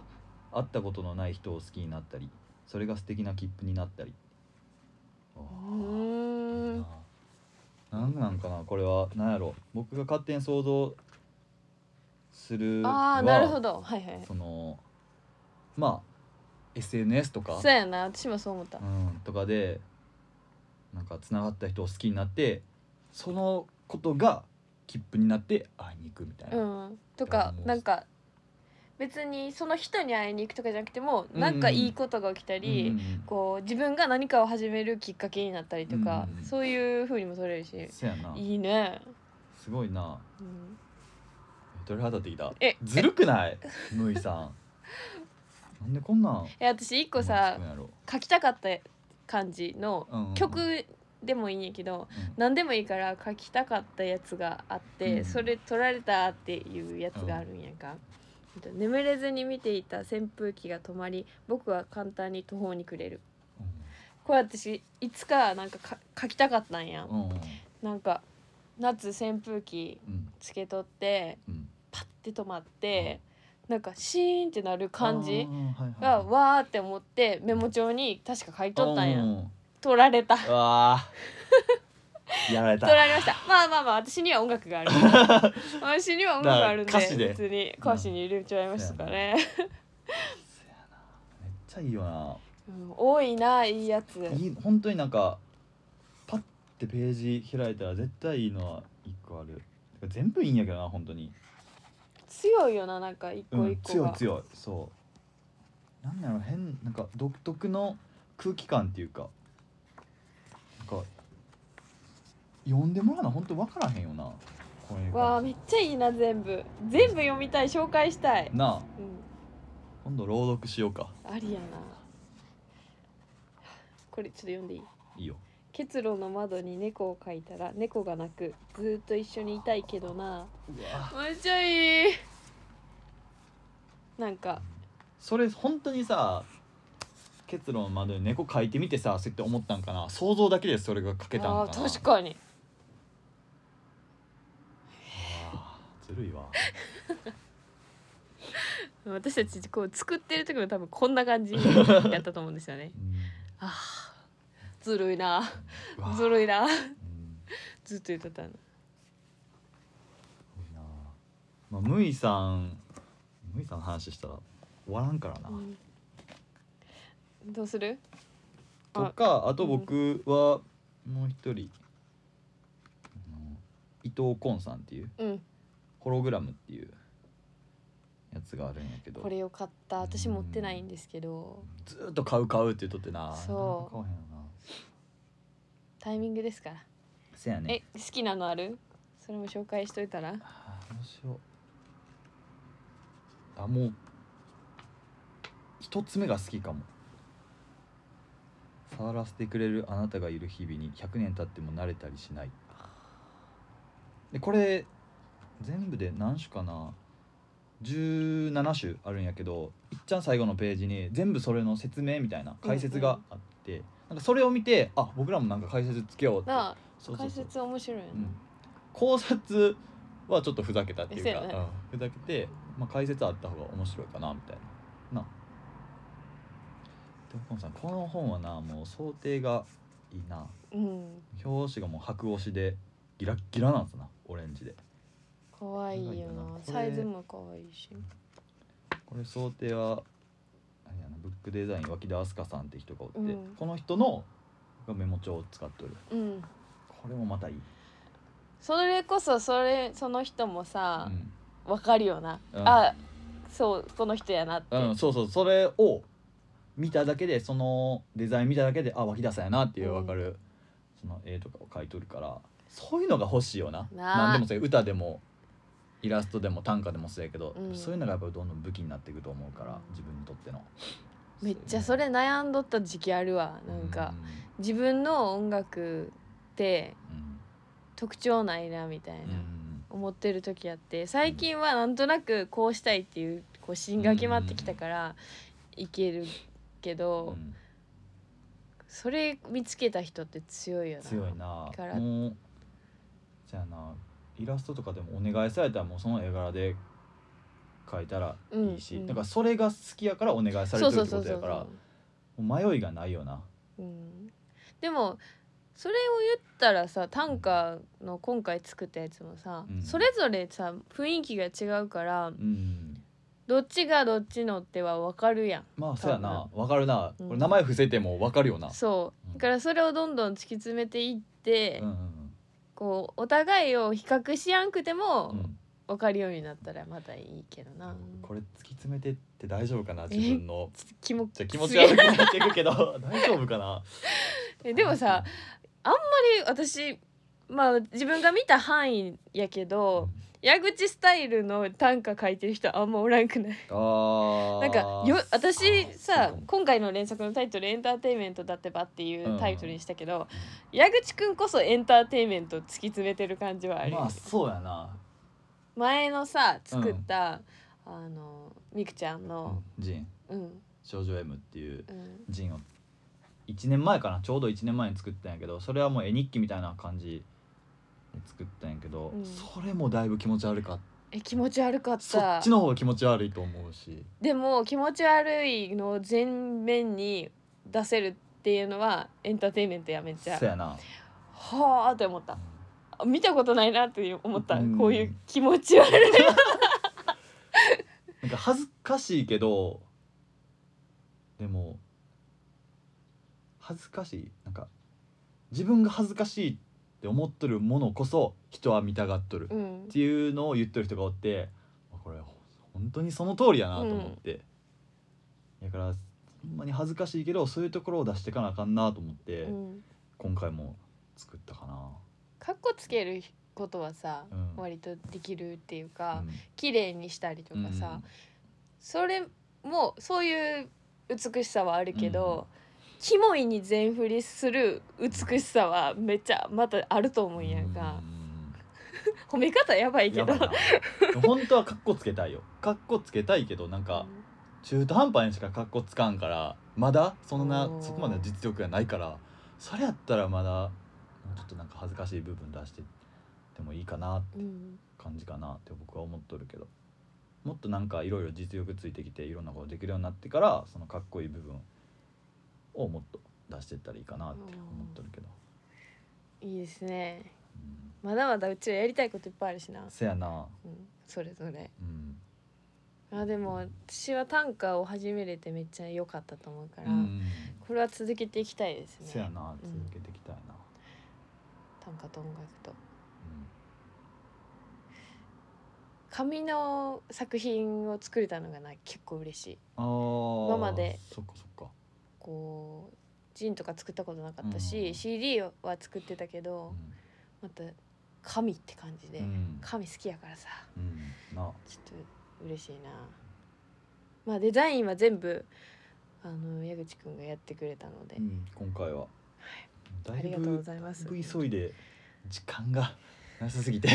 Speaker 3: 会ったことのない人を好きになったりそれが素敵な切符になったりあ
Speaker 2: う
Speaker 3: ー
Speaker 2: ー
Speaker 3: いい
Speaker 2: ん
Speaker 3: ななんなんかなこれはなんやろ僕が勝手に想像する
Speaker 2: ああなるほどはいはい
Speaker 3: そのまあ SNS とか
Speaker 2: そうやな私もそう思った
Speaker 3: うん、とかでなんかつながった人を好きになってそのことが切符になって会いに行くみたいな、
Speaker 2: うんとか
Speaker 3: もう
Speaker 2: なんか別にその人に会いに行くとかじゃなくても
Speaker 3: うん
Speaker 2: なんかいいことが起きた
Speaker 3: うんうん
Speaker 2: りこう自分が何かを始めるきっかけになったりとか
Speaker 3: うん
Speaker 2: そういう風にも取れるし
Speaker 3: そやない
Speaker 2: いね
Speaker 3: すごいな
Speaker 2: うん
Speaker 3: 鳥肌ってきた
Speaker 2: え
Speaker 3: ずるくないむいさんなんでこんなん
Speaker 2: え私一個さ
Speaker 3: 思いつくんやろ
Speaker 2: 書きたかった感じの
Speaker 3: うんうんうん
Speaker 2: 曲でもいいんやけど何でもいいから書きたかったやつがあって、
Speaker 3: うん
Speaker 2: それ取られたっていうやつがあるんやんか、眠れずに見ていた扇風機が止まり僕は簡単に途方に暮れるこれ私いつかなんかか書きたかったんや、
Speaker 3: うんうんうん
Speaker 2: なんか夏扇風機
Speaker 3: うん
Speaker 2: つけとって
Speaker 3: うん
Speaker 2: パッて止まって、なんかシーンってなる感
Speaker 3: あ
Speaker 2: じ
Speaker 3: ーはいはい
Speaker 2: がわーって思ってメモ帳に確か書いとったんや、
Speaker 3: うう
Speaker 2: 取られた
Speaker 3: うわ ーやられた
Speaker 2: 取られましたまあまあまあ私には音楽があ る私には音楽があるんで
Speaker 3: だから歌詞で
Speaker 2: 普通に歌詞に入れちゃいましたからね、
Speaker 3: めっちゃいいよな
Speaker 2: うん多いないいやつ
Speaker 3: いい本当になんかパッてページ開いたら絶対いいのは一個あるてか全部いいんやけどな本当に
Speaker 2: 強いよななんか一
Speaker 3: う
Speaker 2: 個一
Speaker 3: ん
Speaker 2: 個
Speaker 3: 強
Speaker 2: が、
Speaker 3: い強いそうなんだろう変なんか独特の空気感っていうかなんか読んでもらうの本当分からへんよなこういう
Speaker 2: わあ
Speaker 3: 感
Speaker 2: め
Speaker 3: じ
Speaker 2: っちゃいいな全部全部読みたい紹介したい、
Speaker 3: なあ
Speaker 2: う
Speaker 3: 今度朗読しようか
Speaker 2: ん、ありやなこれちょっと読んでいい
Speaker 3: いいよ
Speaker 2: 結露の窓に猫を描いたら猫が鳴くずーっと一緒にいたいけどな
Speaker 3: うわ
Speaker 2: めっちゃいいなんか
Speaker 3: それ本当にさ結論まで猫書いてみてさそうやって思ったんかな想像だけでそれが書けたんかな
Speaker 2: あー確かに
Speaker 3: あーずるい わ
Speaker 2: 私たちこう作ってる時も多分こんな感 じやったと思うんですよね
Speaker 3: うん
Speaker 2: あーずるいな
Speaker 3: うわ
Speaker 2: ずるいな
Speaker 3: うん
Speaker 2: ずっと言ってたの
Speaker 3: 多いなまあむいさんむいさんの話したら終わらんからな、
Speaker 2: うんどうする
Speaker 3: とかあと僕はもう一人、あの伊藤紺さんっていう
Speaker 2: うん
Speaker 3: ホログラムっていうやつがあるんやけど
Speaker 2: これよかった私持ってないんですけど
Speaker 3: ずーっと買う買うって言っとってな
Speaker 2: そう
Speaker 3: なかなか買わへんよな
Speaker 2: タイミングですから
Speaker 3: せやね
Speaker 2: え好きなのあるそれも紹介しといたら
Speaker 3: あーどうしようあもう一つ目が好きかも触らせてくれるあなたがいる日々に100年経っても慣れたりしないでこれ全部で何種かな17種あるんやけどいっちゃん最後のページに全部それの説明みたいな解説があって、なんかそれを見てあ僕らもなんか解説つけようって
Speaker 2: なあ
Speaker 3: そうそう
Speaker 2: 解
Speaker 3: そう
Speaker 2: 説面白いよね
Speaker 3: うん考察はちょっとふざけたっていうか
Speaker 2: え、そうやね
Speaker 3: うんふざけて、まあ、解説あった方が面白いかなみたいななでもこのさんこの本はなもう想定がいいな
Speaker 2: うん
Speaker 3: 表紙がもう白押しでギラッギラなんですなオレンジで
Speaker 2: 可愛いよ
Speaker 3: 可愛いよなこ
Speaker 2: な
Speaker 3: れ
Speaker 2: サイズも可愛いし
Speaker 3: これ想定はあれやなブックデザイン脇田明日香さんって人がおって、
Speaker 2: うん
Speaker 3: この人のがメモ帳を使っとる
Speaker 2: うん
Speaker 3: これもまたいい、
Speaker 2: それこそそれその人もさ
Speaker 3: うん
Speaker 2: わかるよな
Speaker 3: うん
Speaker 2: あそうこの人やなって
Speaker 3: うん、そうそうそれを見ただけでそのデザイン見ただけであ脇田さんやなってい
Speaker 2: う
Speaker 3: う
Speaker 2: ん
Speaker 3: 分かる、その絵とかを描いとるからそういうのが欲しいよな
Speaker 2: なあ
Speaker 3: 何でもそうや歌でもイラストでも短歌でもそうやけど、
Speaker 2: うん
Speaker 3: そういうのがやっぱどんどん武器になっていくと思うか
Speaker 2: うん
Speaker 3: ら自分にとっての
Speaker 2: めっちゃそれ悩んどった時期あるわなんか自分の音楽って
Speaker 3: うん
Speaker 2: 特徴ないなみたいな
Speaker 3: うんうん
Speaker 2: 思ってる時あって最近はなんとなくこうしたいっていうこう芯が決まってきたからいけるけ
Speaker 3: う
Speaker 2: ど
Speaker 3: ん
Speaker 2: それ見つけた人って強いよな
Speaker 3: 強いな
Speaker 2: から
Speaker 3: もうじゃあなイラストとかでもお願いされたらもうその絵柄で描いたらいいし、
Speaker 2: うんうん
Speaker 3: だからそれが好きやからお願いされ
Speaker 2: そう
Speaker 3: て
Speaker 2: そう
Speaker 3: るって
Speaker 2: そ
Speaker 3: こ
Speaker 2: う
Speaker 3: と
Speaker 2: そ
Speaker 3: や
Speaker 2: う
Speaker 3: からもう迷いがないよな
Speaker 2: うんでもそれを言ったらさ短歌の今回作ったやつもさ、
Speaker 3: うん
Speaker 2: それぞれさ雰囲気が違うから
Speaker 3: うん
Speaker 2: どっちがどっちのっては分かるやん
Speaker 3: まあそうやなわかるな、
Speaker 2: うん
Speaker 3: これ名前伏せてもわかるよな
Speaker 2: そうだからそれをどんどん突き詰めていって、
Speaker 3: うんうん
Speaker 2: こうお互いを比較しやんくて
Speaker 3: う
Speaker 2: も
Speaker 3: んうん
Speaker 2: 分かるようになったらまたいいけどな、
Speaker 3: これ突き詰めてって大丈夫かな自分の
Speaker 2: ち気も
Speaker 3: じゃあ気持ち悪くなっていくけど 大丈夫かな
Speaker 2: えでもさで私まあ自分が見た範囲やけ
Speaker 3: う
Speaker 2: ど
Speaker 3: ん
Speaker 2: 矢口スタイルの短歌書いてる人あんまおらんくない
Speaker 3: あー
Speaker 2: なんかよ私
Speaker 3: そう
Speaker 2: さ
Speaker 3: かも
Speaker 2: 今回の連作のタイトル「エンターテインメントだってば」っていうタイトルにしたけど、矢口くんこそエンターテインメント突き詰めてる感じはあるよ、
Speaker 3: まあそうやな
Speaker 2: 前のさ作った、あのみくちゃんの
Speaker 3: ジン
Speaker 2: うん
Speaker 3: 少女 M っていう
Speaker 2: うん
Speaker 3: ジンを1年前かなちょうど1年前に作ったんやけどそれはもう絵日記みたいな感じで作ったんやけど、
Speaker 2: うん
Speaker 3: それもだいぶ気持ち悪かっ
Speaker 2: え気持ち悪かった
Speaker 3: たそっちの方が気持ち悪いと思うし
Speaker 2: でも気持ち悪いのを全面に出せるっていうのはエンターテインメントやめちゃ
Speaker 3: そうやな
Speaker 2: はあって思ったあ見たことないなって思った、
Speaker 3: うん
Speaker 2: こういう気持ち悪い
Speaker 3: なんか恥ずかしいけどでも恥ずかしいなんか自分が恥ずかしいって思っとるものこそ人は見たがっとる
Speaker 2: う
Speaker 3: っ
Speaker 2: ん
Speaker 3: ていうのを言ってる人がおってあこれほ本当にその通りやなと思って、だからほんまに恥ずかしいけどそういうところを出していかなあかんなと思って、
Speaker 2: うん
Speaker 3: 今回も作ったかな。
Speaker 2: かっこつけることはさ、
Speaker 3: うん
Speaker 2: 割とできるっていうか、
Speaker 3: うん
Speaker 2: 綺麗にしたりとかさ、それもそういう美しさはあるけど、キモいに全振りする美しさはめっちゃまたあると思うんやんか、
Speaker 3: うん
Speaker 2: 褒め方やばいけ
Speaker 3: や
Speaker 2: ど
Speaker 3: ばいな本当はカッコつけたいよカッコつけたいけどなんか中途半端にしかカッコつかんからまだそんな
Speaker 2: おー
Speaker 3: そこまでの実力がないからそれやったらまだもうちょっとなんか恥ずかしい部分出してでもいいかな
Speaker 2: うん
Speaker 3: 感じかなって僕は思っとるけどもっとなんかいろいろ実力ついてきていろんなことできるようになってからそのかっこいい部分をもっと出していったらいいかなって思っとるけど、
Speaker 2: いいですね
Speaker 3: うん
Speaker 2: まだまだうちはやりたいこといっぱいあるしな、
Speaker 3: せやな
Speaker 2: うん、それぞれ
Speaker 3: うん、
Speaker 2: あでも私は短歌を始めれてめっちゃ良かったと思うから、
Speaker 3: うん、
Speaker 2: これは続けていきたいですね
Speaker 3: せやな
Speaker 2: うん
Speaker 3: 続けていきたいな、
Speaker 2: 短歌と音楽と
Speaker 3: うん
Speaker 2: 紙の作品を作れたのがな結構嬉しい
Speaker 3: あー
Speaker 2: 今まで
Speaker 3: そっかそっか、
Speaker 2: こうジンとか作ったことなかったし、
Speaker 3: うん
Speaker 2: CD は作ってたけど、
Speaker 3: う
Speaker 2: また紙って感じで、
Speaker 3: んうん
Speaker 2: 紙好きやからさ
Speaker 3: うん、
Speaker 2: ち
Speaker 3: な
Speaker 2: ょっと嬉しいなまあデザインは全部あの矢口くんがやってくれたので、
Speaker 3: うん、今回は、だ
Speaker 2: ありがとうございます
Speaker 3: だいぶ急いで時間がなさすぎ て、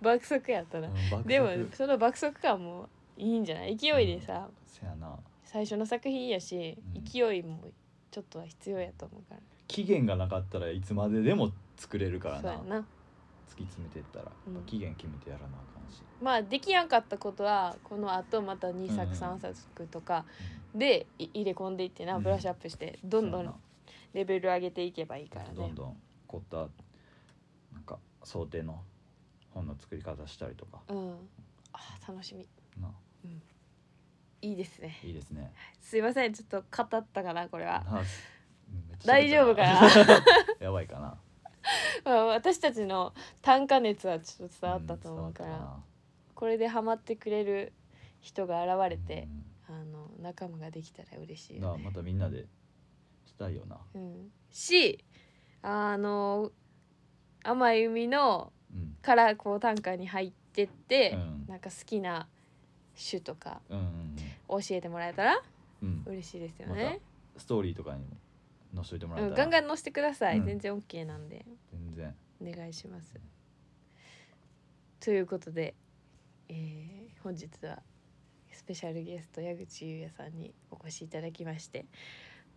Speaker 2: 爆速やったな、
Speaker 3: うん
Speaker 2: でも
Speaker 3: 爆速
Speaker 2: その爆速感もいいんじゃない勢いでさ、
Speaker 3: せやな
Speaker 2: 最初の作品やし、
Speaker 3: うん
Speaker 2: 勢いもちょっとは必要やと思うから
Speaker 3: 期限がなかったらいつまででも作れるか
Speaker 2: そ
Speaker 3: ら
Speaker 2: う
Speaker 3: な
Speaker 2: やな
Speaker 3: 突き詰めてったら、
Speaker 2: うん
Speaker 3: 期限決めてやらなあかんし、
Speaker 2: まあできやんかったことはこのあとまた2
Speaker 3: うんう
Speaker 2: 作
Speaker 3: ん
Speaker 2: 3作とか
Speaker 3: うん
Speaker 2: でい入れ込んでいってな
Speaker 3: うん
Speaker 2: ブラッシュアップしてどんど
Speaker 3: せや
Speaker 2: んレベル上げていけばいいから
Speaker 3: など
Speaker 2: ね
Speaker 3: ん。どん凝ったなんか想定の本の作り方したりとか
Speaker 2: うん、あ楽しみ
Speaker 3: な、
Speaker 2: いいですね
Speaker 3: いいですね
Speaker 2: すいませんちょっと語ったかなこれは、
Speaker 3: なうんめっちゃ
Speaker 2: 大丈夫かな
Speaker 3: 喋ったな やばいかな
Speaker 2: まあ、私たちの短歌熱はちょっと伝わったと思うから、
Speaker 3: ん伝わっ
Speaker 2: これでハマってくれる人が現
Speaker 3: た
Speaker 2: れ
Speaker 3: な
Speaker 2: て、あの仲間ができたら嬉し
Speaker 3: う
Speaker 2: い
Speaker 3: ん
Speaker 2: よ、
Speaker 3: なまたみんなでしたいよな、
Speaker 2: うん、しあの甘い海の
Speaker 3: うん、
Speaker 2: からこう短歌に入ってって
Speaker 3: う、ん
Speaker 2: なんか好きな種とか
Speaker 3: うんうん
Speaker 2: 教えてもらえたら
Speaker 3: うんうん
Speaker 2: 嬉しいですよね、
Speaker 3: ストーリーとかにも載せといてもらえ
Speaker 2: う
Speaker 3: た
Speaker 2: ん、
Speaker 3: ら
Speaker 2: ガンガン載せてください、
Speaker 3: うん
Speaker 2: 全然 OK なんで
Speaker 3: 全然
Speaker 2: お願いしますということで、えー本日はスペシャルゲスト矢口優也さんにお越しいただきまして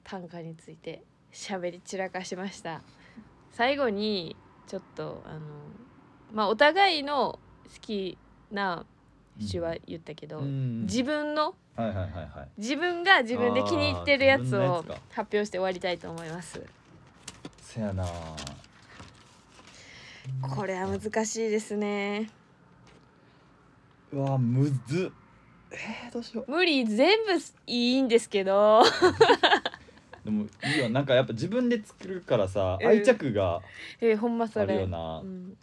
Speaker 2: 短歌について喋り散らかしました最後にちょっとあのまあお互いの好きな手は言ったけど、
Speaker 3: うん
Speaker 2: 自分の
Speaker 3: はいはいはいはい
Speaker 2: 自分が自分で気に入ってるやつ
Speaker 3: あー自分のや
Speaker 2: を
Speaker 3: つか
Speaker 2: 発表して終わりたいと思います
Speaker 3: せやな
Speaker 2: これは難しいですね
Speaker 3: うわむずっえー、どうしよう
Speaker 2: 無理全部いいんですけど
Speaker 3: でもいいよなんかやっぱ自分で作るからさ、
Speaker 2: うん
Speaker 3: 愛着が
Speaker 2: えーほんまそ
Speaker 3: あ
Speaker 2: れ
Speaker 3: るよな
Speaker 2: うん、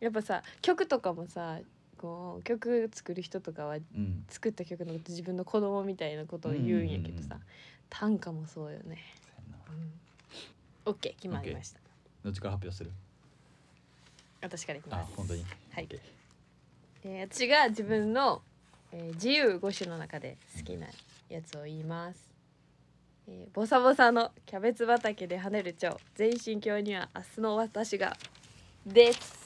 Speaker 2: やっぱさ曲とかもさこう曲作る人とかは
Speaker 3: うん
Speaker 2: 作った曲のこと自分の子供みたいなことを言うんやけどさ、
Speaker 3: うんうんうん
Speaker 2: 短歌もそうよね、
Speaker 3: せやな
Speaker 2: うん、OK 決まりました、
Speaker 3: どっちから発表する
Speaker 2: 私からいきま
Speaker 3: あ
Speaker 2: す
Speaker 3: 本当に
Speaker 2: はい
Speaker 3: OK
Speaker 2: えー私が自分の、えー自由5種の中で好きなやつを言います、えーボサボサのキャベツ畑で跳ねる蝶全身鏡には明日の私がです、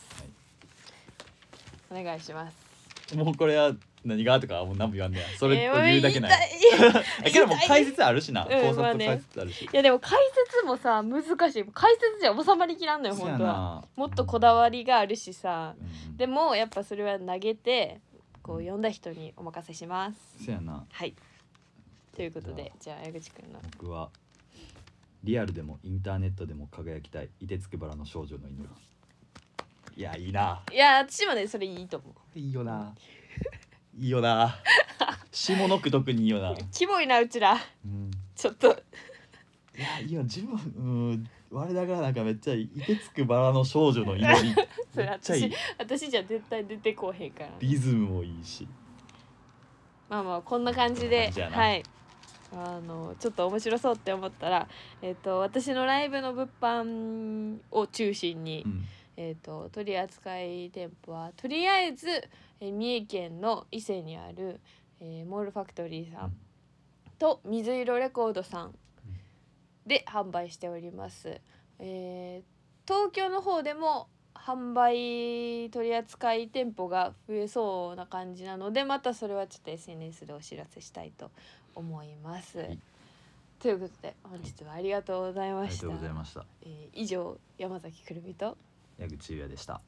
Speaker 2: お願いします
Speaker 3: もうこれは何がとかはもう何も言わんねやそれ
Speaker 2: え
Speaker 3: を
Speaker 2: ー
Speaker 3: 言うだけない、
Speaker 2: 言い たい
Speaker 3: だけどもう解説あるし
Speaker 2: ん
Speaker 3: な、考
Speaker 2: まあ
Speaker 3: 察と
Speaker 2: ね
Speaker 3: 解説あるし、
Speaker 2: いやでも解説もさ難しい解説じゃ収まりきらんのよ
Speaker 3: そうや
Speaker 2: 本当は
Speaker 3: な
Speaker 2: もっとこだわりがあるしさ
Speaker 3: うん
Speaker 2: でもやっぱそれは投げてこう読んだ人にお任せします
Speaker 3: そうやな
Speaker 2: はいということでじゃあ矢口くんの
Speaker 3: 僕はリアルでもインターネットでも輝きたいいてつくばらの少女の祈りいやいいない
Speaker 2: や私もねそれいいと思う
Speaker 3: いいよないいよな下の句特にいいよな、
Speaker 2: キモいなうちら
Speaker 3: うん、
Speaker 2: ちょっと
Speaker 3: いやいいよ自分うん我ながらなんかめっちゃいいいてつくばらの少女の祈り
Speaker 2: そ
Speaker 3: め
Speaker 2: れ
Speaker 3: っちゃいい
Speaker 2: 私私じゃ絶対出てこうへんから
Speaker 3: リズムもいいし
Speaker 2: まあまあこんな感じで
Speaker 3: こんな感じやな
Speaker 2: はいあのちょっと面白そうって思ったら、えっと私のライブの物販を中心に、
Speaker 3: うん
Speaker 2: えっと取り扱い店舗はとりあえず、えー三重県の伊勢にある、えーモールファクトリーさんと水色レコードさんで販売しております、えー東京の方でも販売取扱い店舗が増えそうな感じなのでまたそれはちょっと SNS でお知らせしたいと思います。
Speaker 3: い
Speaker 2: ということで本日はありがとうござい
Speaker 3: あ
Speaker 2: ま
Speaker 3: りが
Speaker 2: し
Speaker 3: と
Speaker 2: た。
Speaker 3: うございました
Speaker 2: えー以上山崎くるみと
Speaker 3: 矢口優也でした